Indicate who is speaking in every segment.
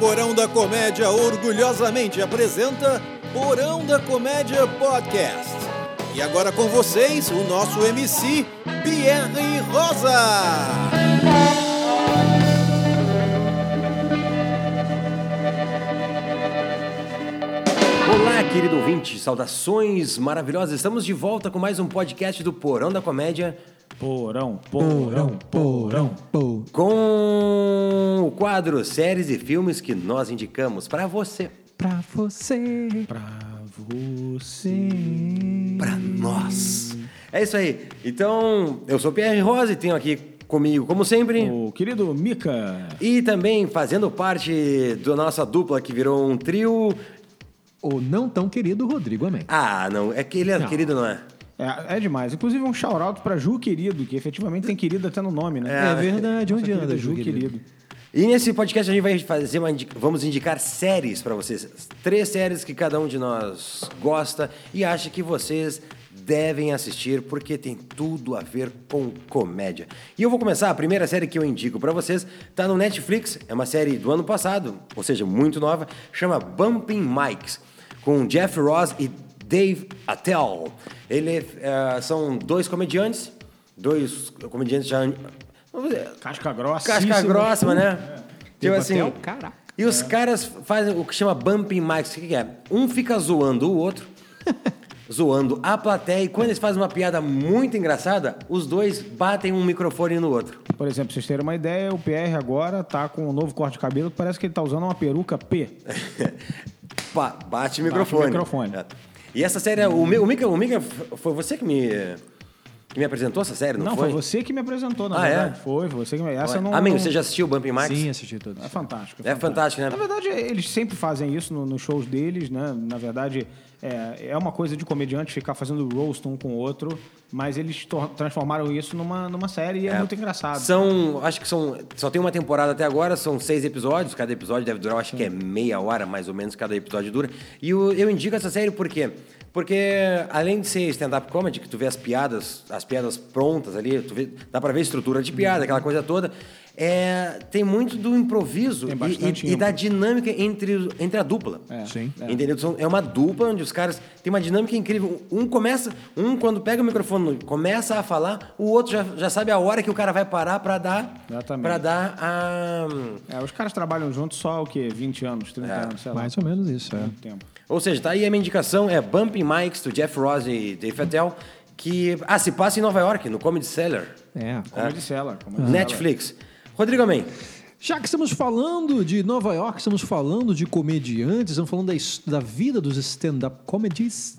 Speaker 1: Porão da Comédia orgulhosamente apresenta Porão da Comédia Podcast. E agora com vocês, o nosso MC, Pierre Rosa.
Speaker 2: Olá, querido ouvinte, saudações maravilhosas. Estamos de volta com mais um podcast do Porão da Comédia
Speaker 3: Porão, porão, porão, porão.
Speaker 2: com o quadro séries e filmes que nós indicamos para você,
Speaker 3: Pra você. Pra você.
Speaker 2: para nós. É isso aí. Então, eu sou o Pierre Rosa e tenho aqui comigo, como sempre,
Speaker 3: O querido Mika.
Speaker 2: e também fazendo parte da nossa dupla que virou um trio.
Speaker 4: O não tão querido Rodrigo Amém.
Speaker 2: Ah, não, é que ele é querido, não é?
Speaker 3: É, é demais. Inclusive um shout-out pra Ju Querido, que efetivamente tem querido até no nome, né?
Speaker 4: É, verdade,
Speaker 3: Nossa
Speaker 4: onde
Speaker 3: querida
Speaker 4: anda,
Speaker 3: Ju
Speaker 4: Ju querido?
Speaker 3: Querido?
Speaker 2: E nesse podcast a gente vai fazer uma indi- vamos indicar séries para vocês, três séries que cada um de nós gosta e acha que vocês devem assistir porque tem tudo a ver com comédia. E eu vou começar a primeira série que eu indico para vocês, tá no Netflix, é uma série do ano passado, ou seja, muito nova, chama Bumping Mics, com Jeff Ross e Dave Attell. Ele eh, são dois comediantes, dois comediantes já vamos dizer,
Speaker 3: Casca grossa.
Speaker 2: casca grossa, né?
Speaker 3: É.
Speaker 2: Tipo
Speaker 4: Dave
Speaker 2: assim.
Speaker 4: Attell, caraca.
Speaker 2: E os caras fazem o que chama bumping mics. O que que é? Um fica zoando o outro, zoando a plateia, e quando eles fazem uma piada muito engraçada, os dois batem um microfone no outro.
Speaker 3: Por exemplo, pra vocês terem uma ideia, o PR agora tá com um novo corte de cabelo que parece que ele tá usando uma peruca P.
Speaker 2: É, Ba- bate o microfone.
Speaker 3: o microfone.
Speaker 2: É. E essa série, é- o, Mi- o Mika, o Mika, f- foi você que me, que me apresentou essa série, não,
Speaker 3: Não, foi você que me apresentou, na
Speaker 2: Ah, é?
Speaker 3: verdade. Foi, foi você que me... Essa eu não...
Speaker 2: Amigo,
Speaker 3: não-
Speaker 2: você já assistiu o Bumping Mics?
Speaker 4: Sim, assisti todos.
Speaker 3: É fantástico.
Speaker 2: É fantástico, né?
Speaker 3: Na verdade, eles sempre fazem isso no- nos shows deles, né? Na verdade, é, é uma coisa de comediante ficar fazendo roast um com o outro, mas eles tor- transformaram isso numa, numa série e é, muito engraçado.
Speaker 2: São, acho que são, só tem uma temporada até agora, são seis episódios, cada episódio deve durar, eu acho que é meia hora, mais ou menos, cada episódio dura. E o- eu indico essa série por quê? Porque além de ser stand-up comedy, que tu vê as piadas, as piadas prontas ali, tu vê- dá pra ver a estrutura de piada, aquela coisa toda, é, tem muito do improviso
Speaker 3: Tem
Speaker 2: e-
Speaker 3: bastante
Speaker 2: e, e da
Speaker 3: impro.
Speaker 2: dinâmica entre, entre a dupla.
Speaker 3: É.
Speaker 4: Sim.
Speaker 2: É. Entendeu? São- É uma dupla onde os caras têm uma dinâmica incrível. Um começa, um quando pega o microfone, começa a falar, o outro já, já sabe a hora que o cara vai parar pra dar
Speaker 3: Exatamente.
Speaker 2: para dar a
Speaker 3: É, os caras trabalham juntos só o quê? 20 anos, 30
Speaker 2: É.
Speaker 3: anos, sei lá.
Speaker 4: Mais ou menos isso, é.
Speaker 3: quanto tempo.
Speaker 2: Ou seja, tá aí a minha indicação é Bumping Mics do Jeff Ross e Dave Attell, que ah, se passa em Nova York, no Comedy Cellar,
Speaker 4: É.
Speaker 3: Comedy Cellar. Comedy
Speaker 2: Uhum. Netflix. Rodrigo Amém.
Speaker 4: Já que estamos falando de Nova York, estamos falando de comediantes, estamos falando da, his- da vida dos stand-up comedies.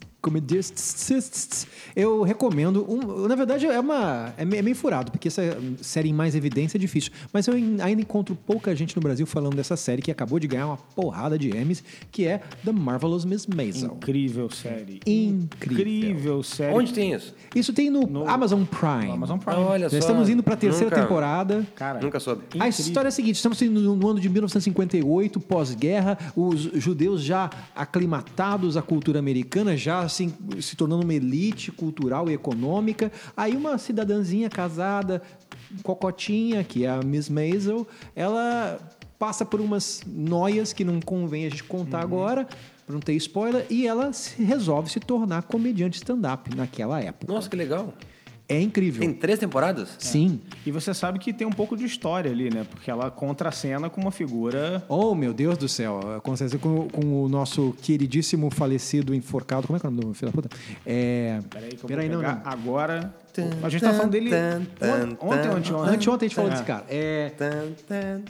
Speaker 4: Comedists, eu recomendo. um- na verdade, é, uma, é me- é meio furado, porque essa série em mais evidência é difícil. Mas eu en- ainda encontro pouca gente no Brasil falando dessa série que acabou de ganhar uma porrada de Emmys, que é The Marvelous Miss
Speaker 3: Cellar.
Speaker 4: Maisel.
Speaker 3: Incrível série.
Speaker 4: Incrível.
Speaker 3: Incrível
Speaker 4: É.
Speaker 3: série.
Speaker 2: Onde tem isso?
Speaker 4: Isso tem no, Amazon Prime.
Speaker 3: Amazon Prime.
Speaker 2: Olha
Speaker 4: Nós
Speaker 2: só.
Speaker 4: estamos indo para a terceira
Speaker 2: Nunca-
Speaker 4: temporada.
Speaker 3: Cara,
Speaker 2: Nunca soube.
Speaker 4: A história é a seguinte: estamos indo no- no ano de 1958, pós-guerra, os judeus já aclimatados à cultura americana, já assim, se tornando uma elite cultural e econômica. Aí uma cidadãzinha casada, cocotinha, que é a Miss Maisel, ela passa por umas noias que não convém a gente contar agora, para não ter spoiler, e ela se- resolve se tornar comediante stand-up naquela época.
Speaker 2: Nossa, que legal.
Speaker 4: É incrível.
Speaker 2: Tem três temporadas?
Speaker 4: Sim.
Speaker 3: E você sabe que tem um pouco de história ali, né? Porque ela contracena com uma figura
Speaker 4: Oh, meu Deus do céu. Acontece com, com o nosso queridíssimo falecido enforcado. Como é que é o nome do filho da puta? É.
Speaker 3: Peraí, que eu
Speaker 4: Peraí,
Speaker 3: Então, vou
Speaker 4: não,
Speaker 3: pegar
Speaker 4: não.
Speaker 3: agora. A gente tá falando dele
Speaker 2: Tan, tan,
Speaker 3: on- ontem,
Speaker 2: tan.
Speaker 3: anteontem.
Speaker 4: Anteontem a gente falou
Speaker 3: É.
Speaker 4: desse cara. É.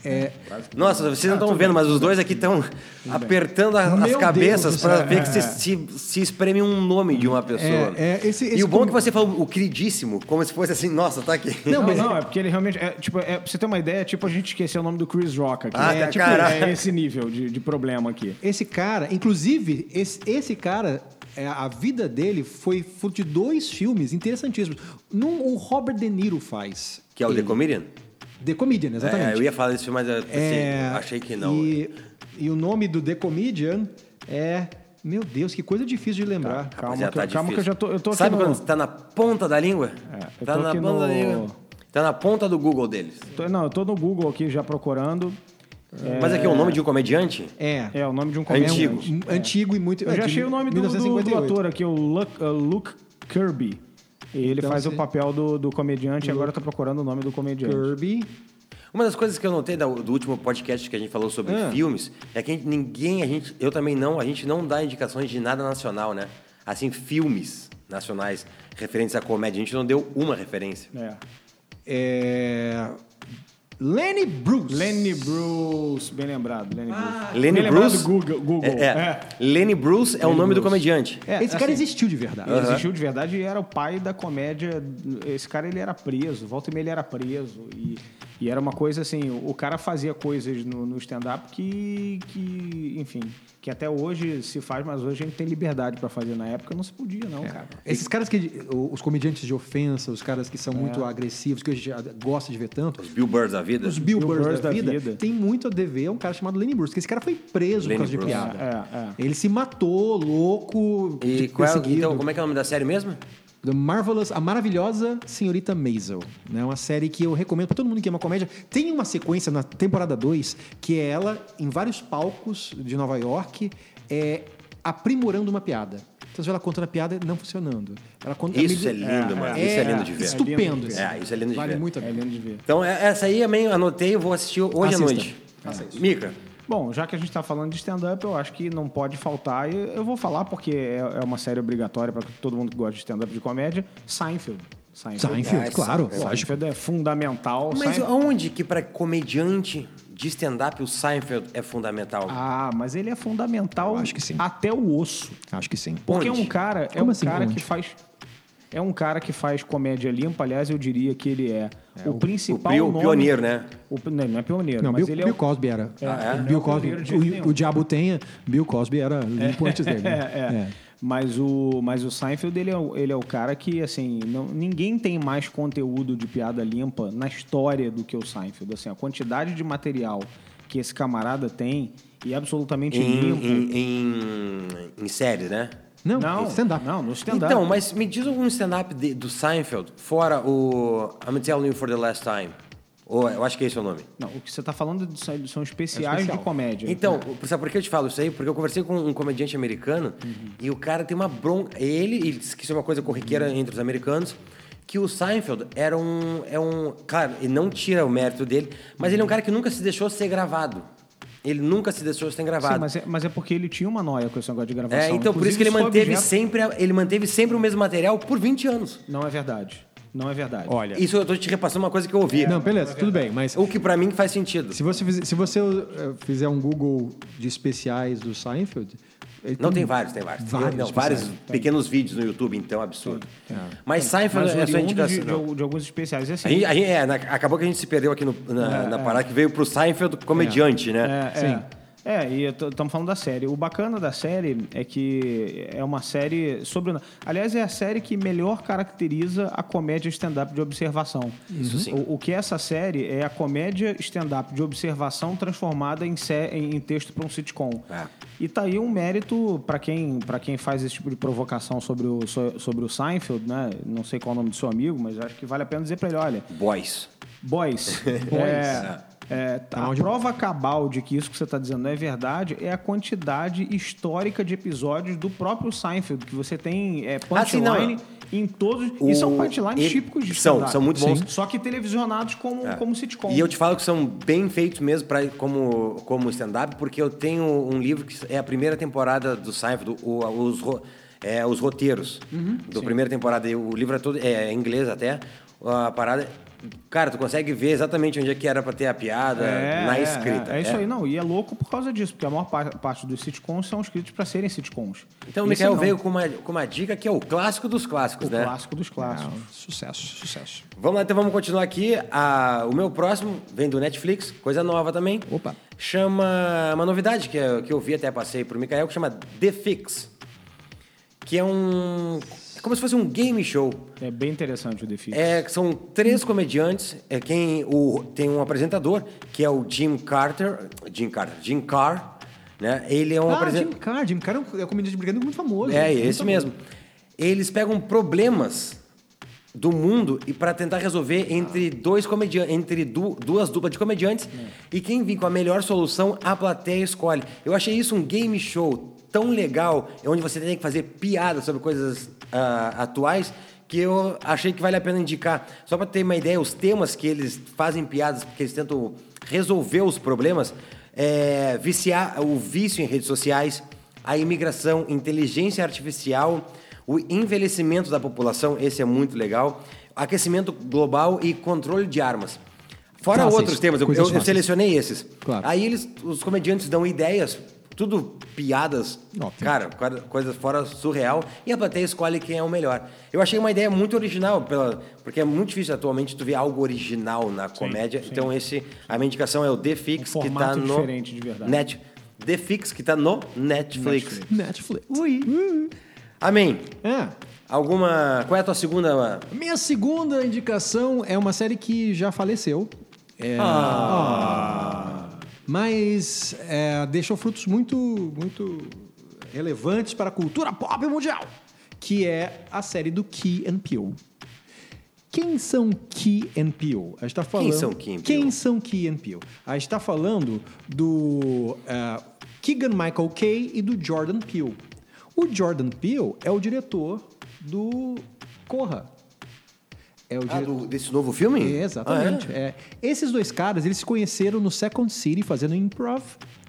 Speaker 2: É. Nossa, vocês não estão vendo, mas os dois aqui estão apertando a- as
Speaker 4: Meu
Speaker 2: cabeças
Speaker 4: Deus do
Speaker 2: para
Speaker 4: céu.
Speaker 2: ver que se,
Speaker 3: É.
Speaker 2: se, se espreme um nome de uma pessoa.
Speaker 4: É, é, esse-
Speaker 2: e
Speaker 4: esse
Speaker 2: o bom é
Speaker 4: como-
Speaker 2: que você falou o queridíssimo, como se fosse assim, nossa, tá aqui.
Speaker 3: Não,
Speaker 4: Não,
Speaker 3: mas
Speaker 4: mas-
Speaker 3: não, é porque ele realmente. É, tipo, é, pra você ter uma ideia, é tipo a gente esqueceu o nome do Chris Rock aqui.
Speaker 2: Ah,
Speaker 3: é,
Speaker 2: tá,
Speaker 3: tipo,
Speaker 2: caralho.
Speaker 3: é esse nível de, de problema aqui.
Speaker 4: Esse cara, inclusive, esse, esse cara, é, a vida dele foi fruto de dois filmes interessantíssimos. Num, o Robert De Niro faz.
Speaker 2: Que é o The
Speaker 4: ele.
Speaker 2: Comedian?
Speaker 4: The Comedian, exatamente.
Speaker 2: É, eu ia falar desse filme, mas eu pensei,
Speaker 4: É,
Speaker 2: achei que não.
Speaker 4: E, e o nome do The Comedian é. Meu Deus, que coisa difícil de lembrar.
Speaker 3: Calma,
Speaker 2: Mas já
Speaker 3: que,
Speaker 2: tá
Speaker 3: eu- calma que
Speaker 2: difícil.
Speaker 3: eu já tô. Eu tô aqui
Speaker 2: Sabe
Speaker 3: no-
Speaker 2: quando tá na ponta da língua?
Speaker 3: É, eu
Speaker 2: tá
Speaker 3: tô
Speaker 2: na
Speaker 3: aqui
Speaker 2: ponta da
Speaker 3: no-
Speaker 2: língua. Tá na ponta do Google deles.
Speaker 3: tô- não, eu tô no Google aqui já procurando.
Speaker 2: Mas aqui é o nome de um comediante?
Speaker 4: É.
Speaker 3: É o nome de um comediante.
Speaker 2: Antigo.
Speaker 4: Um- Antigo e muito.
Speaker 3: Eu
Speaker 4: é,
Speaker 3: já
Speaker 4: de
Speaker 3: achei o nome do, do- do
Speaker 4: 1958.
Speaker 3: ator aqui, o Luke, uh, Luke Kirby. Ele
Speaker 4: Então,
Speaker 3: faz
Speaker 4: você-
Speaker 3: o papel do, do comediante, agora eu tô procurando o nome do comediante.
Speaker 4: Kirby.
Speaker 2: Uma das coisas que eu notei da- do último podcast que a gente falou sobre
Speaker 4: Ah.
Speaker 2: filmes é que a gente- ninguém, a gente, eu também não, a gente não dá indicações de nada nacional, né? Assim, filmes nacionais referentes à comédia. A gente não deu uma referência.
Speaker 3: É.
Speaker 4: É... Lenny Bruce.
Speaker 3: Lenny Bruce, bem lembrado. Ah,
Speaker 2: Lenny
Speaker 3: Lenny Bruce. Bem lembrado
Speaker 2: Bruce.
Speaker 3: do Google. Google.
Speaker 2: É, é. Lenny Bruce é o nome do comediante.
Speaker 3: É,
Speaker 4: Esse cara
Speaker 3: assim,
Speaker 4: existiu de verdade.
Speaker 3: Ele existiu de verdade e era o pai da comédia. Esse cara ele era preso, volta e meia ele era preso. E, e era uma coisa assim: o cara fazia coisas no, no stand-up que, que, enfim, que até hoje se faz, mas hoje a gente tem liberdade pra fazer. Na época não se podia, não, cara.
Speaker 4: Esses caras que. Os comediantes de ofensa, os caras que são muito agressivos, que a gente gosta de ver tanto.
Speaker 2: Os Bill Burrs da vida.
Speaker 4: Os Bill
Speaker 3: Bill
Speaker 4: Burrs
Speaker 3: Burrs
Speaker 4: da,
Speaker 3: da
Speaker 4: vida,
Speaker 3: vida.
Speaker 4: tem muito a dever a um cara chamado Lenny Bruce, que esse cara foi preso
Speaker 2: Lenny
Speaker 4: por causa
Speaker 2: Bruce.
Speaker 4: de piada.
Speaker 3: É, é.
Speaker 4: Ele se matou, louco,
Speaker 2: E
Speaker 4: de-
Speaker 2: qual é,
Speaker 4: perseguido.
Speaker 2: então, como é que é o nome da série mesmo?
Speaker 4: The Marvelous, a maravilhosa Senhorita Maisel. né? Uma série que eu recomendo pra todo mundo que ama comédia. Tem uma sequência na temporada 2 que é ela em vários palcos de Nova York é, aprimorando uma piada. Então você vê ela contando a piada não funcionando. Ela conta-
Speaker 2: Isso é
Speaker 4: medi-
Speaker 2: lindo, mano. Isso é lindo de ver.
Speaker 4: Estupendo. esse.
Speaker 2: É, isso é lindo de
Speaker 4: vale
Speaker 2: ver.
Speaker 4: muito a
Speaker 3: É
Speaker 4: pena.
Speaker 3: lindo de ver.
Speaker 2: Então, é- essa aí também eu anotei, eu vou assistir hoje à
Speaker 4: Assista.
Speaker 2: noite. Mica,
Speaker 3: Bom, já que a gente está falando de stand-up, eu acho que não pode faltar. e Eu vou falar porque é é uma série obrigatória para todo mundo que gosta de stand-up de comédia. Seinfeld. Seinfeld,
Speaker 4: Seinfeld,
Speaker 2: Ah,
Speaker 4: claro.
Speaker 3: Pô, Seinfeld é fundamental.
Speaker 2: mas
Speaker 3: Seinfeld-
Speaker 2: aonde que pra comediante de stand-up o Seinfeld é fundamental?
Speaker 3: Ah, mas ele é fundamental
Speaker 4: Eu acho que sim.
Speaker 3: até o osso.
Speaker 4: Acho que sim.
Speaker 3: Porque
Speaker 2: Onde?
Speaker 3: é um cara, é um
Speaker 4: Como assim,
Speaker 3: cara
Speaker 4: onde?
Speaker 3: que faz é um cara que faz comédia limpa, aliás, eu diria que ele é, o,
Speaker 2: o
Speaker 3: principal
Speaker 2: pio-
Speaker 3: é um nome-
Speaker 2: pioneiro, né?
Speaker 3: O, não, ele não é pioneiro,
Speaker 4: Não,
Speaker 3: mas
Speaker 4: Bill,
Speaker 3: ele é
Speaker 4: Bill
Speaker 3: o-
Speaker 4: Cosby era.
Speaker 2: Ah, é?
Speaker 4: Bill
Speaker 3: Não,
Speaker 4: Cosby.
Speaker 3: primeiro de jeito
Speaker 4: O,
Speaker 3: nenhum.
Speaker 4: o diabo tenha. Bill Cosby era limpo antes dele. né?
Speaker 3: É, é. Mas o, mas o Seinfeld, ele é o, ele é o cara que, assim, não, ninguém tem mais conteúdo de piada limpa na história do que o Seinfeld. Assim, a quantidade de material que esse camarada tem e absolutamente
Speaker 2: Em,
Speaker 3: limpo.
Speaker 2: em, em- em série, né?
Speaker 4: Não, stand-up.
Speaker 3: Não, no stand-up.
Speaker 2: Então, mas me diz algum stand-up de- do Seinfeld, fora o I'm Telling You for the Last Time. Ou, eu acho que esse é o nome.
Speaker 3: Não, o que você está falando de- são especiais
Speaker 4: especial.
Speaker 3: de comédia.
Speaker 2: É Então, sabe por que eu te falo isso aí? Porque eu conversei com um comediante americano e o cara tem uma bronca. Ele, ele disse que isso é uma coisa corriqueira entre os americanos, que o Seinfeld era um. É um claro, ele não tira o mérito dele, mas ele é um cara que nunca se deixou ser gravado. Ele nunca se deixou ser
Speaker 3: Sim,
Speaker 2: gravado.
Speaker 3: mas, é, mas é porque ele tinha uma noia com esse negócio de gravação.
Speaker 2: É, então, por
Speaker 3: Inclusive,
Speaker 2: isso que ele
Speaker 3: foi
Speaker 2: manteve,
Speaker 3: objeto-
Speaker 2: sempre, a- ele manteve sempre o mesmo material por 20 anos.
Speaker 3: Não é verdade. Não é verdade.
Speaker 4: Olha.
Speaker 2: Isso eu tô te repassando uma coisa que eu ouvi.
Speaker 4: Não, beleza, tudo bem, mas
Speaker 2: O que pra mim faz sentido.
Speaker 4: se você, fizer, se você eh, fizer um Google de especiais do Seinfeld. ele
Speaker 2: Não, tem vários, tem vários. Tem-
Speaker 4: Vários
Speaker 2: não,
Speaker 4: especiais.
Speaker 2: vários pequenos vídeos no YouTube, então, absurdo. Mas Seinfeld
Speaker 3: Mas
Speaker 2: é só
Speaker 3: oriundo de,
Speaker 2: indicação.
Speaker 3: de,
Speaker 2: não.
Speaker 3: al- de alguns especiais. E Assim,
Speaker 2: A gente- a gente- é, na- acabou que a gente se perdeu aqui no- na, na parada que veio pro Seinfeld comediante, né?
Speaker 3: É, É, É, e estamos falando da série. O bacana da série é que é uma série sobre. Aliás, é a série que melhor caracteriza a comédia stand-up de observação. Isso
Speaker 2: sim.
Speaker 3: O, o que é essa série é a comédia stand-up de observação transformada em, sé- em- em texto para um sitcom.
Speaker 2: É.
Speaker 3: E tá aí um mérito para quem, pra quem faz esse tipo de provocação sobre o, so- sobre o Seinfeld, né? Não sei qual é o nome do seu amigo, mas acho que vale a pena dizer para ele: olha,
Speaker 2: Boys.
Speaker 3: Boys. É, é, a prova cabal de que isso que você está dizendo não é verdade é a quantidade histórica de episódios do próprio Seinfeld, que você tem é, punchline
Speaker 2: Ah, sim,
Speaker 3: em todos. é
Speaker 2: O-
Speaker 3: E são punchlines
Speaker 2: ele-
Speaker 3: típicos um de
Speaker 2: são,
Speaker 3: stand-up.
Speaker 2: são muito bons. É.
Speaker 3: Sim. Só que televisionados como, como sitcom.
Speaker 2: E eu te falo que são bem feitos mesmo pra, como, como stand-up, porque eu tenho um livro que é a primeira temporada do Seinfeld, o- os, ro- é, os roteiros
Speaker 3: Uhum,
Speaker 2: do primeira temporada. E o livro é todo é, em inglês até. A parada. Cara, tu consegue ver exatamente onde é que era pra ter a piada é, na escrita.
Speaker 3: É, é isso aí, não. E é louco por causa disso, porque a maior par- parte dos sitcoms são escritos para serem sitcoms.
Speaker 2: Então o
Speaker 3: Esse
Speaker 2: Mikael
Speaker 3: não.
Speaker 2: veio com uma, com uma dica que é o clássico dos clássicos,
Speaker 3: O
Speaker 2: né?
Speaker 3: clássico dos clássicos.
Speaker 4: Sucesso, sucesso.
Speaker 2: Vamos lá, então vamos continuar aqui. Ah, o meu próximo vem do Netflix, coisa nova também.
Speaker 4: Opa.
Speaker 2: Chama uma novidade que eu, que eu vi até passei pro Mikael, que chama The Fix. Que é um. é como se fosse um game show.
Speaker 3: É bem interessante o desafio.
Speaker 2: É, que são três comediantes. É quem o, tem um apresentador, que é o Jim Carter. Jim Carter, Jim Carr. Né? Ele é um
Speaker 4: ah,
Speaker 2: apresentador.
Speaker 4: Jim Carr. Jim Carr é um é um comediante britânico muito famoso.
Speaker 2: É,
Speaker 4: Muito
Speaker 2: esse
Speaker 4: famoso.
Speaker 2: mesmo. Eles pegam problemas do mundo e para tentar resolver entre dois comediantes, entre du- duas duplas de comediantes e quem vir com a melhor solução, a plateia escolhe. Eu achei isso um game show tão legal, é onde você tem que fazer piada sobre coisas ah, atuais que eu achei que vale a pena indicar. Só para ter uma ideia, os temas que eles fazem piadas, porque eles tentam resolver os problemas, é viciar o vício em redes sociais, a imigração, inteligência artificial, o envelhecimento da população, esse é muito legal, aquecimento global e controle de armas. Fora
Speaker 4: Fáceis,
Speaker 2: outros temas, eu,
Speaker 4: coisas
Speaker 2: eu- eu
Speaker 4: fáceis.
Speaker 2: selecionei esses.
Speaker 4: Claro.
Speaker 2: Aí eles, os comediantes dão ideias, tudo piadas,
Speaker 4: Óbvio.
Speaker 2: cara, coisa- coisas fora surreal, e a plateia escolhe quem é o melhor. Eu achei uma ideia muito original, pela, porque é muito difícil atualmente tu ver algo original na comédia. Então esse, a minha indicação é o The Fix,
Speaker 3: Um
Speaker 2: que tá
Speaker 3: formato
Speaker 2: no
Speaker 3: diferente, de verdade.
Speaker 2: Net, The Fix, que tá no Netflix.
Speaker 4: Netflix. Ui.
Speaker 2: Amém.
Speaker 4: É.
Speaker 2: Alguma. Qual é a tua segunda?
Speaker 4: Minha segunda indicação é uma série que já faleceu. É, Ah. Mas é, deixou frutos muito, muito relevantes para a cultura pop mundial, que é a série do Key and Peele. Quem são Key and Peele? A gente está falando.
Speaker 2: são Key and Peele?
Speaker 4: Quem são Key and Peele? A gente está falando do eh, Keegan Michael Kay e do Jordan Peele. O Jordan Peele é o diretor do Corra. É o
Speaker 2: Ah,
Speaker 4: diretor.
Speaker 2: do- desse novo filme?
Speaker 4: É, exatamente.
Speaker 2: Ah, é?
Speaker 4: É. Esses dois caras, eles se conheceram no Second City fazendo improv.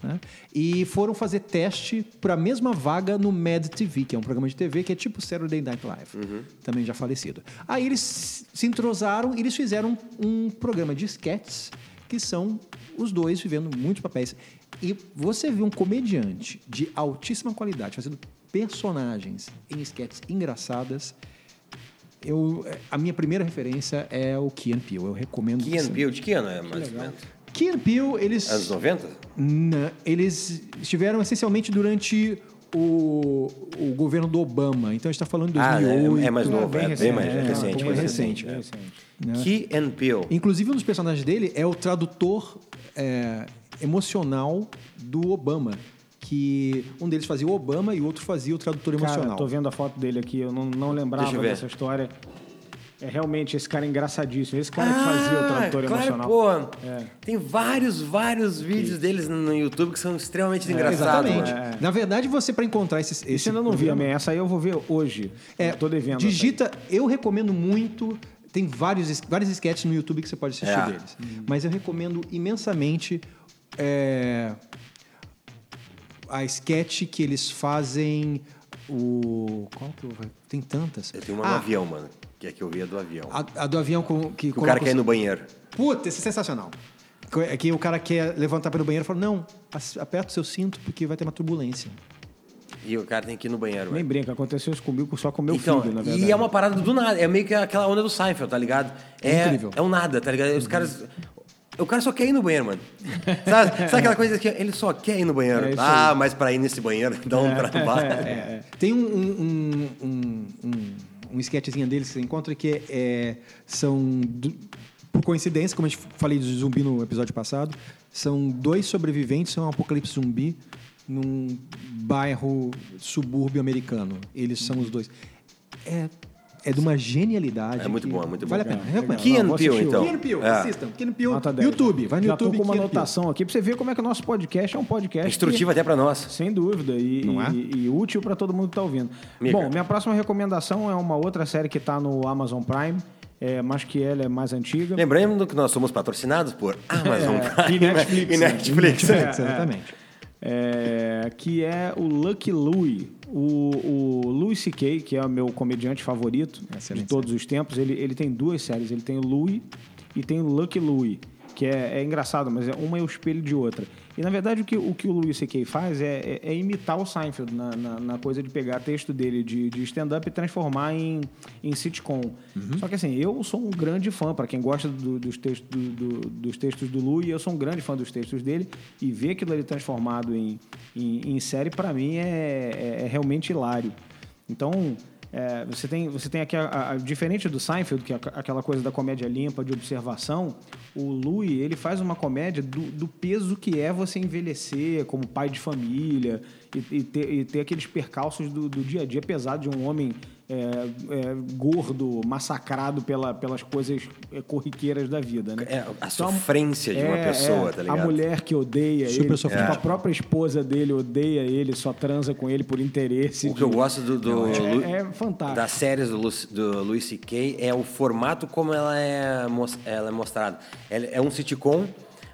Speaker 4: né? E foram fazer teste para a mesma vaga no Mad TV, que é um programa de TV que é tipo Saturday Night Live,
Speaker 2: Uhum.
Speaker 4: também já falecido. Aí eles se entrosaram e eles fizeram um programa de sketches que são os dois vivendo muitos papéis. E você vê um comediante de altíssima qualidade fazendo personagens em sketches engraçadas. Eu, a minha primeira referência é o Key and Peele. Eu recomendo.
Speaker 2: Key and
Speaker 4: sempre.
Speaker 2: Peele, de que ano é mais ou menos?
Speaker 4: Key and Peele, eles,
Speaker 2: Anos 90?
Speaker 4: na- eles estiveram essencialmente durante o, o governo do Obama. Então a gente está falando de
Speaker 2: Ah, né,
Speaker 4: 2008.
Speaker 2: é mais novo, é bem mais
Speaker 3: né?
Speaker 2: recente.
Speaker 4: bem um
Speaker 2: mais
Speaker 4: recente,
Speaker 2: né?
Speaker 3: recente.
Speaker 4: né?
Speaker 2: Key and Peele.
Speaker 4: Inclusive, um dos personagens dele é o tradutor é, emocional do Obama. Que um deles fazia o Obama e o outro fazia o tradutor
Speaker 3: Cara,
Speaker 4: emocional.
Speaker 3: tô vendo a foto dele aqui, eu não, não lembrava
Speaker 2: Deixa eu ver.
Speaker 3: dessa história. É realmente esse cara é engraçadíssimo. Esse cara que fazia o tradutor
Speaker 2: Ah, claro,
Speaker 3: emocional.
Speaker 2: Pô,
Speaker 3: É.
Speaker 2: Tem vários, vários vídeos deles no YouTube que são extremamente engraçados.
Speaker 4: Exatamente.
Speaker 2: né?
Speaker 4: Na verdade, você, para encontrar esses,
Speaker 3: Esse
Speaker 4: esse
Speaker 3: eu ainda não vi, amém. Essa aí eu vou ver hoje.
Speaker 4: É,
Speaker 3: Eu tô devendo. essa aí.
Speaker 4: Digita, eu recomendo muito. Tem vários, es- vários sketches no YouTube que você pode assistir
Speaker 2: É.
Speaker 4: deles. Mas eu recomendo imensamente é, a sketch que eles fazem. O. Qual que eu. Tem tantas.
Speaker 2: Eu tenho uma
Speaker 4: Ah,
Speaker 2: no avião, mano. Que é que eu via do avião.
Speaker 4: A, a do avião com,
Speaker 2: que
Speaker 4: que,
Speaker 2: o cara
Speaker 4: coloca
Speaker 2: quer ir
Speaker 4: os-
Speaker 2: no banheiro.
Speaker 4: Puta, esse é sensacional. Co- É que o cara quer levantar pelo banheiro e fala: Não, as- aperta o seu cinto porque vai ter uma turbulência.
Speaker 2: E o cara tem que ir no banheiro,
Speaker 3: Nem
Speaker 2: velho.
Speaker 3: brinca, aconteceu isso comigo só com meu
Speaker 2: Então,
Speaker 3: filho, na verdade.
Speaker 2: e é uma parada do nada, é meio que aquela onda do Seinfeld, tá ligado? É,
Speaker 4: Incrível.
Speaker 2: É um nada, tá ligado? Os caras. O cara só quer ir no banheiro, mano. Sabe, sabe aquela coisa que ele só quer ir no banheiro?
Speaker 3: É isso
Speaker 2: ah, mas pra ir nesse banheiro, dá um trabalho.
Speaker 3: É, é.
Speaker 4: Tem um, um, um, um, um, um sketchzinho deles que você encontra que é, são, du- por coincidência, como eu falei de zumbi no episódio passado, são dois sobreviventes a um apocalipse zumbi num bairro subúrbio americano. Eles são os dois. É, é de uma genialidade.
Speaker 2: É muito
Speaker 4: que
Speaker 2: bom, é muito
Speaker 4: Vale
Speaker 2: bom.
Speaker 4: a pena.
Speaker 2: Legal,
Speaker 4: recomendo.
Speaker 2: Key
Speaker 3: Não,
Speaker 2: and
Speaker 3: vou
Speaker 2: Peele,
Speaker 3: assistir.
Speaker 2: então.
Speaker 4: Key and Peele,
Speaker 2: É.
Speaker 4: assistam. Key and Peele,
Speaker 3: Nota 10.
Speaker 4: YouTube, vai no
Speaker 3: Já
Speaker 4: YouTube.
Speaker 3: tô com uma
Speaker 4: Key and Peele.
Speaker 3: anotação aqui pra você ver como é que o nosso podcast é um podcast.
Speaker 2: Instrutivo até pra nós.
Speaker 3: que- sem dúvida. E,
Speaker 4: Não é?
Speaker 3: e- e útil pra todo mundo que tá ouvindo.
Speaker 2: Mica.
Speaker 3: Bom, minha próxima recomendação é uma outra série que tá no Amazon Prime, é, mas que ela é mais antiga.
Speaker 2: Lembrando que nós somos patrocinados por Amazon
Speaker 3: É,
Speaker 2: Prime
Speaker 3: e Netflix,
Speaker 2: e
Speaker 3: né?
Speaker 2: Netflix.
Speaker 4: É, Exatamente.
Speaker 3: É, que é o Lucky Louie. O, o Louis C.K., que é o meu comediante favorito
Speaker 4: Excelente
Speaker 3: de todos os tempos, ele, ele tem duas séries. Ele tem o Louie e tem o Lucky Louie, que é, é engraçado, mas é uma é o espelho de outra. E, na verdade, o que o, que o Louis C.K. faz é, é- é imitar o Seinfeld na, na- na coisa de pegar texto dele de, de stand-up e transformar em, em sitcom. Só que, assim, eu sou um grande fã, para quem gosta do- dos, textos, do- do- dos textos do Louis, eu sou um grande fã dos textos dele, e ver aquilo ali transformado em, em, em série, para mim, é- é- é realmente hilário. Então, é, você, tem, você tem aqui, a, a- a- diferente do Seinfeld, que é aqu- aquela coisa da comédia limpa, de observação, o Louis, ele faz uma comédia do, do peso que é você envelhecer como pai de família e, e ter, e ter aqueles percalços do, do dia a dia pesado de um homem é, é, gordo, massacrado pela, pelas coisas é, corriqueiras da vida, né? é,
Speaker 2: É, a sofrência de uma pessoa, tá ligado?
Speaker 3: A mulher que odeia
Speaker 4: Super
Speaker 3: ele,
Speaker 4: sofrente.
Speaker 3: tipo, a própria esposa dele odeia ele, só transa com ele por interesse.
Speaker 2: O que eu gosto do, do Lu-
Speaker 3: é, é fantástico.
Speaker 2: das séries do, Lu, do Louis C.K. é o formato como ela é, mos- ela é mostrada. Ela é um sitcom,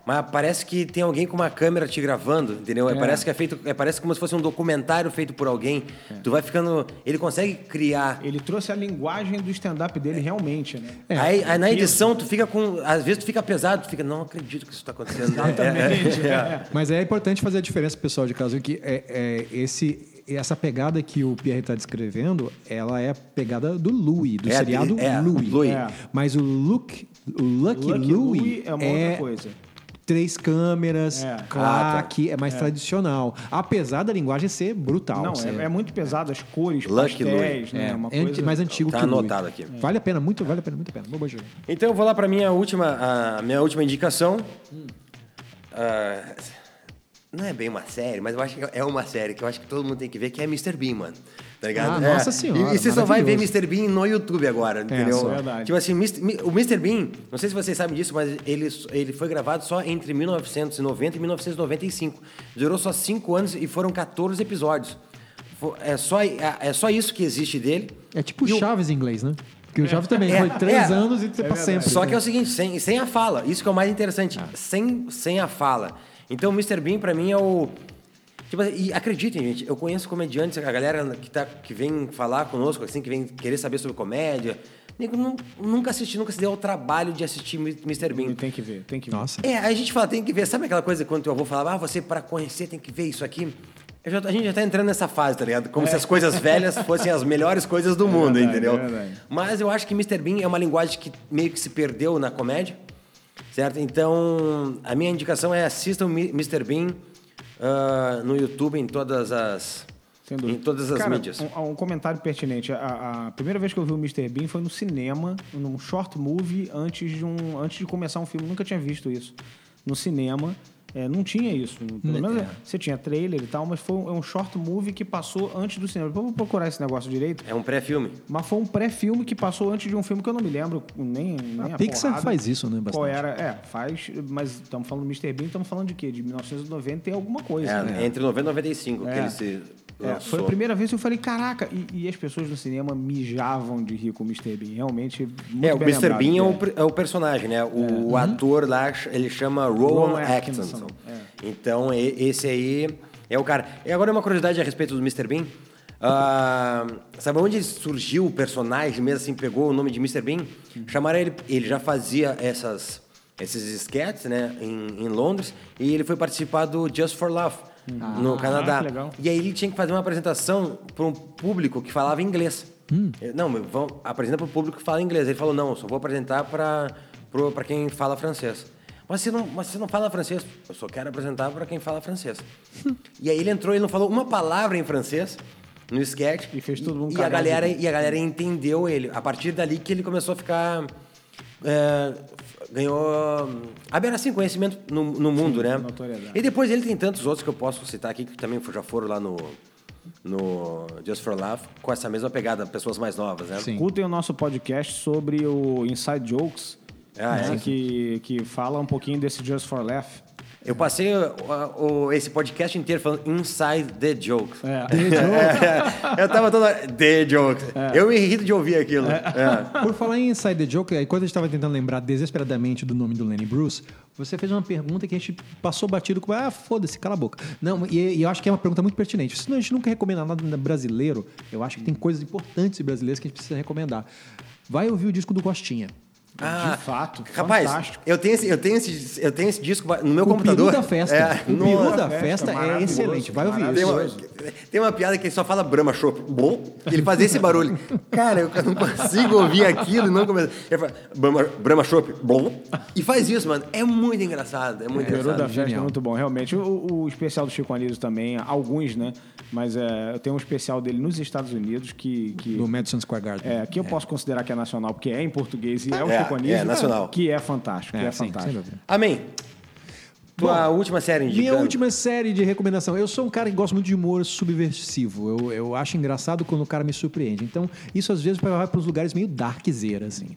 Speaker 2: mas parece que tem alguém com uma câmera te gravando, entendeu? É, Parece que é feito, é, parece como se fosse um documentário feito por alguém.
Speaker 3: É.
Speaker 2: Tu vai ficando, ele consegue criar.
Speaker 3: Ele trouxe a linguagem do stand-up dele realmente, né?
Speaker 4: É,
Speaker 2: aí, aí na edição tu fica com, às vezes tu fica pesado, tu fica, não acredito que isso está acontecendo.
Speaker 3: Exatamente. é.
Speaker 4: Mas é importante fazer a diferença, pessoal de casa, que é, é esse, essa pegada que o Pierre está descrevendo, ela é a pegada do Louis, do
Speaker 2: É,
Speaker 4: seriado
Speaker 2: é,
Speaker 4: Louis.
Speaker 2: Louis.
Speaker 3: É.
Speaker 4: Mas o Luke, o Lucky,
Speaker 3: Lucky
Speaker 4: Louis,
Speaker 3: Louie é uma outra coisa.
Speaker 4: Três câmeras,
Speaker 3: É.
Speaker 2: Ah, tá.
Speaker 4: claque, é mais tradicional. Apesar da linguagem ser brutal.
Speaker 3: Não,
Speaker 4: ser-
Speaker 3: é, é muito pesado as cores,
Speaker 2: Lucky
Speaker 3: pastéis,
Speaker 2: Louie.
Speaker 3: né?
Speaker 4: é
Speaker 3: uma
Speaker 4: anti-
Speaker 3: coisa... É.
Speaker 4: mais antigo
Speaker 2: Tá
Speaker 4: que o Louis.
Speaker 2: anotado aqui.
Speaker 4: Vale a pena, muito, vale a pena, muito a pena. Boa, boa, Júlio.
Speaker 2: Então eu vou lá para minha última, a minha última indicação.
Speaker 4: Hum.
Speaker 2: Ah, não é bem uma série, mas eu acho que é uma série que eu acho que todo mundo tem que ver, que é Mr. Bean, mano. Tá ligado?
Speaker 4: Ah,
Speaker 2: É.
Speaker 4: nossa senhora,
Speaker 2: E, e você só vai ver
Speaker 4: maravilhoso.
Speaker 2: Mr. Bean no YouTube agora, entendeu?
Speaker 3: isso é verdade.
Speaker 2: Tipo assim, Mr. Mi- o Mr. Bean, não sei se vocês sabem disso, mas ele, ele foi gravado só entre 1990 e 1995. Durou só cinco anos e foram 14 episódios. Fo- É só, é só isso que existe dele.
Speaker 4: É tipo
Speaker 2: E o-
Speaker 4: Chaves em inglês, né? Porque o Chaves também
Speaker 2: É,
Speaker 4: foi três
Speaker 2: é.
Speaker 4: anos e pra sempre.
Speaker 2: Só que é o seguinte, sem, sem a fala. Isso que é o mais interessante. Sem, sem a fala. Então o Mr. Bean, pra mim, é o. Tipo, assim, e acreditem, gente, eu conheço comediantes, a galera que, tá, que vem falar conosco, assim, que vem querer saber sobre comédia. Nego, nu- nunca assisti, nunca se deu ao trabalho de assistir Mr. Bean.
Speaker 3: Tem que ver, tem que ver.
Speaker 4: Nossa.
Speaker 2: É, a gente fala, tem que ver. Sabe aquela coisa quando teu avô falava, ah, você para conhecer tem que ver isso aqui? Eu já tô- a gente já tá entrando nessa fase, tá ligado? Como se as coisas velhas fossem as melhores coisas do mundo,
Speaker 3: verdade,
Speaker 2: entendeu?
Speaker 3: é verdade.
Speaker 2: Mas eu acho que Mr. Bean é uma linguagem que meio que se perdeu na comédia, certo? Então, a minha indicação é assistam Mi- Mr. Bean ah, no YouTube, em todas as,
Speaker 3: Sem
Speaker 2: em
Speaker 3: dúvida.
Speaker 2: todas as
Speaker 3: Cara,
Speaker 2: mídias.
Speaker 3: Um, um comentário pertinente. A, a primeira vez que eu vi o Mr. Bean foi no cinema, num short movie, antes de, um, antes de começar um filme. Nunca tinha visto isso. No cinema. é, não tinha isso.
Speaker 4: Né,
Speaker 3: Pelo menos
Speaker 4: é.
Speaker 3: você tinha trailer e tal, mas foi um, é um short movie que passou antes do cinema. Depois eu vou procurar esse negócio direito.
Speaker 2: É um pré-filme.
Speaker 3: Mas foi um pré-filme que passou antes de um filme que eu não me lembro nem, nem a
Speaker 4: Pixar
Speaker 3: porrada.
Speaker 4: faz isso, né, bastante.
Speaker 3: Qual era? É, faz, mas estamos falando do Mr. Bean, estamos falando de quê? De 1990 e alguma coisa. né?
Speaker 2: É, entre 90 e 95 que
Speaker 3: É.
Speaker 2: ele se
Speaker 3: É,
Speaker 2: lançou.
Speaker 3: foi a primeira vez que eu falei, caraca, e, e as pessoas no cinema mijavam de rir com o Mr. Bean. Realmente, muito
Speaker 2: É, o
Speaker 3: bem
Speaker 2: Mr.
Speaker 3: lembrado, É.
Speaker 2: Bean é o,
Speaker 3: cara.
Speaker 2: per- é o personagem, né? O ator lá, ele chama Rowan
Speaker 3: Rowan
Speaker 2: Atkinson.
Speaker 3: Atkinson,
Speaker 2: Então, e- esse aí é o cara. E agora uma curiosidade a respeito do Mr. Bean. Ah, sabe onde surgiu o personagem mesmo, assim, pegou o nome de Mr. Bean? Chamaram ele, ele já fazia essas, esses esquetes, né, em, em Londres, e ele foi participar do Just for Love, no Canadá.
Speaker 3: Hum. Ah, que legal.
Speaker 2: E aí ele tinha que fazer uma apresentação para um público que falava inglês.
Speaker 3: Hum.
Speaker 2: Eu, Não, meu, vamos, apresenta para o público que fala inglês. Ele falou, não, eu só vou apresentar para quem fala francês. Mas você, não, mas você não fala francês. Eu só quero apresentar para quem fala francês. e aí ele entrou, ele não falou uma palavra em francês no sketch.
Speaker 3: E fez todo mundo
Speaker 2: e, a
Speaker 3: cagar de
Speaker 2: galera
Speaker 3: rir.
Speaker 2: E a galera entendeu ele. A partir dali que ele começou a ficar... é, ganhou... Aberto assim, conhecimento no, no mundo, né?
Speaker 3: notoriedade.
Speaker 2: E depois ele tem tantos outros que eu posso citar aqui que também já foram lá no, no Just for Love com essa mesma pegada, pessoas mais novas, né?
Speaker 4: Sim.
Speaker 3: Escutem o nosso podcast sobre o Inside Jokes,
Speaker 2: Ah,
Speaker 3: né,
Speaker 2: é.
Speaker 3: que, que fala um pouquinho desse Just for Laugh.
Speaker 2: Eu passei ó, o- esse podcast inteiro falando Inside the Jokes.
Speaker 3: É.
Speaker 2: É, eu tava toda. The Jokes.
Speaker 4: É.
Speaker 2: Eu me irrito de ouvir aquilo. É.
Speaker 4: Por falar em Inside the Joke, aí quando a gente estava tentando lembrar desesperadamente do nome do Lenny Bruce, você fez uma pergunta que a gente passou batido com, ah, foda-se, cala a boca. Não, e, e eu acho que é uma pergunta muito pertinente. Senão a gente nunca recomenda nada brasileiro, eu acho que tem coisas importantes e brasileiras que a gente precisa recomendar. Vai ouvir o disco do Costinha.
Speaker 2: Ah,
Speaker 3: de fato,
Speaker 2: Rapaz,
Speaker 3: fantástico.
Speaker 2: eu tenho, esse, eu, tenho esse, eu tenho esse disco no meu
Speaker 4: o
Speaker 2: computador.
Speaker 4: peru da festa.
Speaker 2: É,
Speaker 4: o peru
Speaker 2: nossa.
Speaker 4: da
Speaker 3: festa,
Speaker 4: festa é
Speaker 3: maravilhoso,
Speaker 4: excelente. Vai ouvir
Speaker 2: Tem
Speaker 4: isso.
Speaker 2: uma, tem uma piada que ele só fala Brahma Chopp. Bom, ele fazia esse barulho. Cara, eu não consigo ouvir aquilo e não começa. Ele fala Brahma, Brahma Chopp. Bom. E faz isso, mano. É muito engraçado. É muito
Speaker 3: Peru da
Speaker 2: engraçado.
Speaker 3: Festa é
Speaker 4: Genial.
Speaker 3: muito bom, realmente. O, o especial do Chico Anísio também, alguns, né? Mas é, eu tenho um especial dele nos Estados Unidos que... que
Speaker 4: Do Madison Square Garden.
Speaker 3: É, que eu posso considerar que é nacional, porque é em português e é o
Speaker 2: É,
Speaker 3: Chico Anísio,
Speaker 2: é nacional.
Speaker 3: que é fantástico, que é
Speaker 4: sim, sem
Speaker 3: fantástico.
Speaker 4: dúvida.
Speaker 2: Amém. Tua
Speaker 4: Bom,
Speaker 2: última série indicando.
Speaker 4: Minha última série de recomendação. Eu sou um cara que gosta muito de humor subversivo. Eu, eu acho engraçado quando o cara me surpreende. Então, isso às vezes vai para uns lugares meio darkzeira, assim.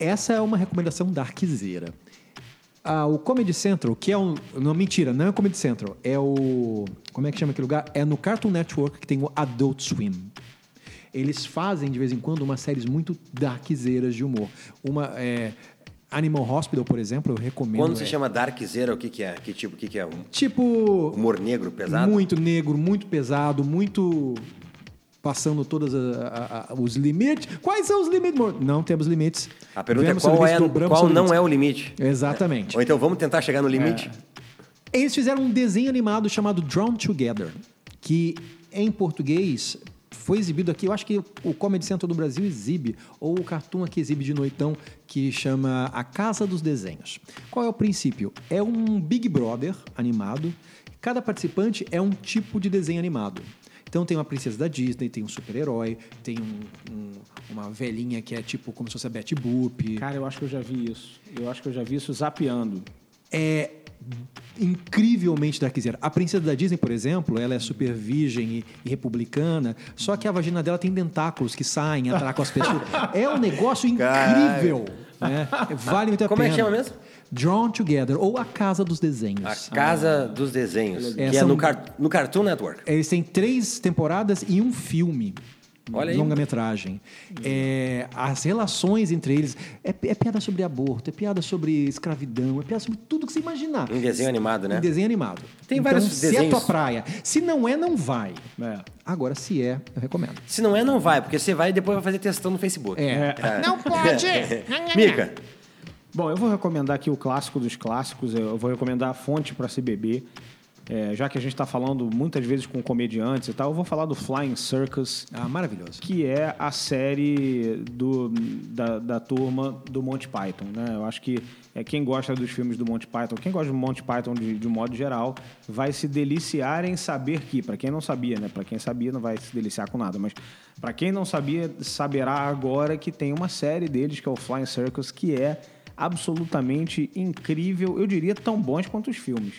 Speaker 4: Essa é uma recomendação darkzeira. Ah, o Comedy Central, que é um. Não, mentira, não é o Comedy Central. É o. Como é que chama aquele lugar? É no Cartoon Network que tem o Adult Swim. Eles fazem, de vez em quando, umas séries muito darkzeiras de humor. Uma. é, Animal Hospital, por exemplo, eu recomendo.
Speaker 2: Quando se
Speaker 4: é.
Speaker 2: chama Darkzera, o que, que é? Que tipo, o que, que é? Um
Speaker 4: Tipo.
Speaker 2: humor negro pesado?
Speaker 4: Muito negro, muito pesado, muito passando todos os limites. Quais são os limites? amor? Não temos limites.
Speaker 2: A pergunta
Speaker 4: Vemos
Speaker 2: é qual,
Speaker 4: sobre isso,
Speaker 2: é,
Speaker 4: dobramos
Speaker 2: qual
Speaker 4: sobre
Speaker 2: não
Speaker 4: isso.
Speaker 2: é o limite?
Speaker 4: Exatamente.
Speaker 2: Ou então vamos tentar chegar no limite?
Speaker 4: Eles fizeram um desenho animado chamado Drawn Together, que em português foi exibido aqui. Eu acho que o Comedy Central do Brasil exibe, ou o Cartoon aqui exibe de noitão, que chama A Casa dos Desenhos. Qual é o princípio? É um Big Brother animado. Cada participante é um tipo de desenho animado. Então tem uma princesa da Disney, tem um super-herói, tem um- um- uma velhinha que é tipo como se fosse a Betty Boop.
Speaker 3: Cara, eu acho que eu já vi isso. Eu acho que eu já vi isso zapeando.
Speaker 4: é incrivelmente darkzera. A princesa da Disney, por exemplo, ela é super virgem e, e republicana, só que a vagina dela tem tentáculos que saem, atracam as pessoas. É um negócio incrível. Né? Vale muito a
Speaker 2: Como é
Speaker 4: pena.
Speaker 2: que chama mesmo?
Speaker 4: Drawn Together, ou A Casa dos
Speaker 2: A
Speaker 4: Desenhos.
Speaker 2: Casa dos Desenhos, que
Speaker 4: É,
Speaker 2: é
Speaker 4: são-
Speaker 2: no, car- no Cartoon Network.
Speaker 4: Eles têm três temporadas e um filme.
Speaker 2: Olha aí.
Speaker 4: Longa-metragem. É, as relações entre eles. É, é piada sobre aborto, é piada sobre escravidão, é piada sobre tudo que você imaginar.
Speaker 2: Um desenho animado, né?
Speaker 4: Em desenho animado.
Speaker 2: Tem
Speaker 4: então,
Speaker 2: vários
Speaker 4: se é
Speaker 2: desenhos.
Speaker 4: tua praia. Se não é, não vai.
Speaker 3: É.
Speaker 4: Agora, se é, eu recomendo.
Speaker 2: Se não é, não vai, porque você vai e depois vai fazer testão no Facebook.
Speaker 4: É.
Speaker 5: Não pode!
Speaker 2: Mica,
Speaker 3: Bom, eu vou recomendar aqui o clássico dos clássicos, eu vou recomendar a fonte para se beber. É, já que a gente está falando muitas vezes com comediantes e tal, eu vou falar do Flying Circus,
Speaker 4: Ah, maravilhoso.
Speaker 3: que é a série do, da, da turma do Monty Python. Né? Eu acho que é, quem gosta dos filmes do Monty Python, quem gosta do Monty Python de, de um modo geral, vai se deliciar em saber que, para quem não sabia, né? para quem sabia não vai se deliciar com nada, mas para quem não sabia, saberá agora que tem uma série deles, que é o Flying Circus, que é absolutamente incrível, eu diria tão bons quanto os filmes.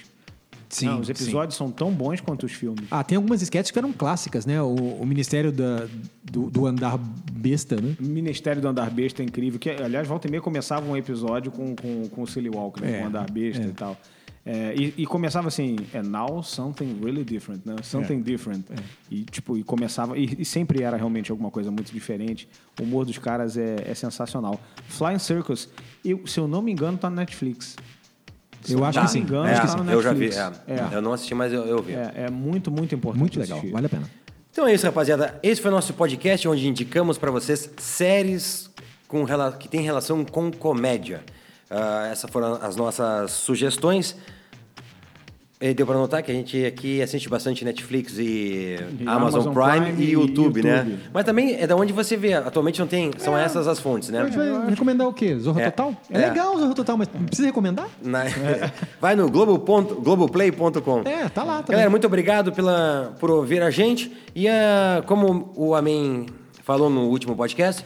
Speaker 4: Sim,
Speaker 3: Não, os
Speaker 4: sim.
Speaker 3: episódios são tão bons quanto os filmes.
Speaker 4: Ah, tem algumas sketches que eram clássicas, né? O, o Ministério da- do, do Andar Besta, né?
Speaker 3: Ministério do Andar Besta é incrível. Que, aliás, volta e meia começava um episódio com, com, com o Silly Walker, né?
Speaker 4: É,
Speaker 3: com o Andar Besta e tal. É, e, e começava assim, é now something really different, né? Something
Speaker 4: É,
Speaker 3: different. E tipo, e começava, e, e sempre era realmente alguma coisa muito diferente. O humor dos caras é, é sensacional. Flying Circus, eu, se eu não me engano, tá na Netflix. Se
Speaker 4: Eu acho
Speaker 3: não
Speaker 4: que
Speaker 3: me
Speaker 4: sim.
Speaker 3: engano,
Speaker 2: É,
Speaker 3: tá na
Speaker 2: eu já vi.
Speaker 3: Netflix.
Speaker 2: é.
Speaker 3: É.
Speaker 2: Eu não assisti, mas eu, eu vi.
Speaker 3: É, é muito, muito importante.
Speaker 4: Muito legal,
Speaker 3: assistir.
Speaker 4: vale a pena.
Speaker 2: Então é isso, rapaziada. Esse foi o nosso podcast onde indicamos para vocês séries com rela- que têm relação com comédia. Ah, essas foram as nossas sugestões. E deu para notar que a gente aqui assiste bastante Netflix e,
Speaker 3: E
Speaker 2: Amazon,
Speaker 3: Amazon
Speaker 2: Prime,
Speaker 3: Prime
Speaker 2: e
Speaker 3: e
Speaker 2: YouTube, né?
Speaker 3: YouTube. É.
Speaker 2: Mas também é da onde você vê. Atualmente não tem. São essas as fontes, né?
Speaker 4: Vai recomendar o quê? Zorro
Speaker 2: É.
Speaker 4: Total? É,
Speaker 2: É.
Speaker 4: legal o Zorro Total, mas precisa recomendar?
Speaker 2: Na- Vai no globo ponto- globoplay.com.
Speaker 4: É, tá lá também.
Speaker 2: Galera, muito obrigado pela, por ouvir a gente. E ah, como o Amin falou no último podcast,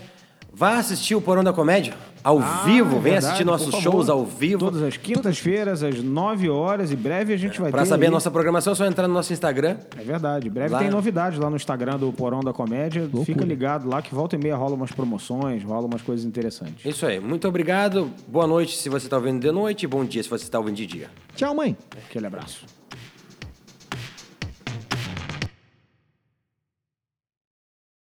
Speaker 2: vá assistir o Porão da Comédia ao
Speaker 4: Ah,
Speaker 2: vivo. Vem
Speaker 3: Ah, é Verdade,
Speaker 2: assistir nossos
Speaker 3: por favor.
Speaker 2: shows ao vivo.
Speaker 3: Todas as quintas-feiras, às 9 horas, e breve a gente vai ter.
Speaker 2: Para saber a
Speaker 3: aí-
Speaker 2: nossa programação, é só entrar no nosso Instagram.
Speaker 3: É verdade. Em Breve
Speaker 2: Lá-
Speaker 3: tem novidades lá no Instagram do Porão da Comédia.
Speaker 4: Loucura.
Speaker 3: Fica ligado lá que volta e meia rola umas promoções, rola umas coisas interessantes.
Speaker 2: É Isso aí. Muito tá obrigado. Boa noite se você está tá ouvindo de noite. Bom dia se você está ouvindo de dia.
Speaker 4: Tchau, mãe.
Speaker 3: Aquele abraço.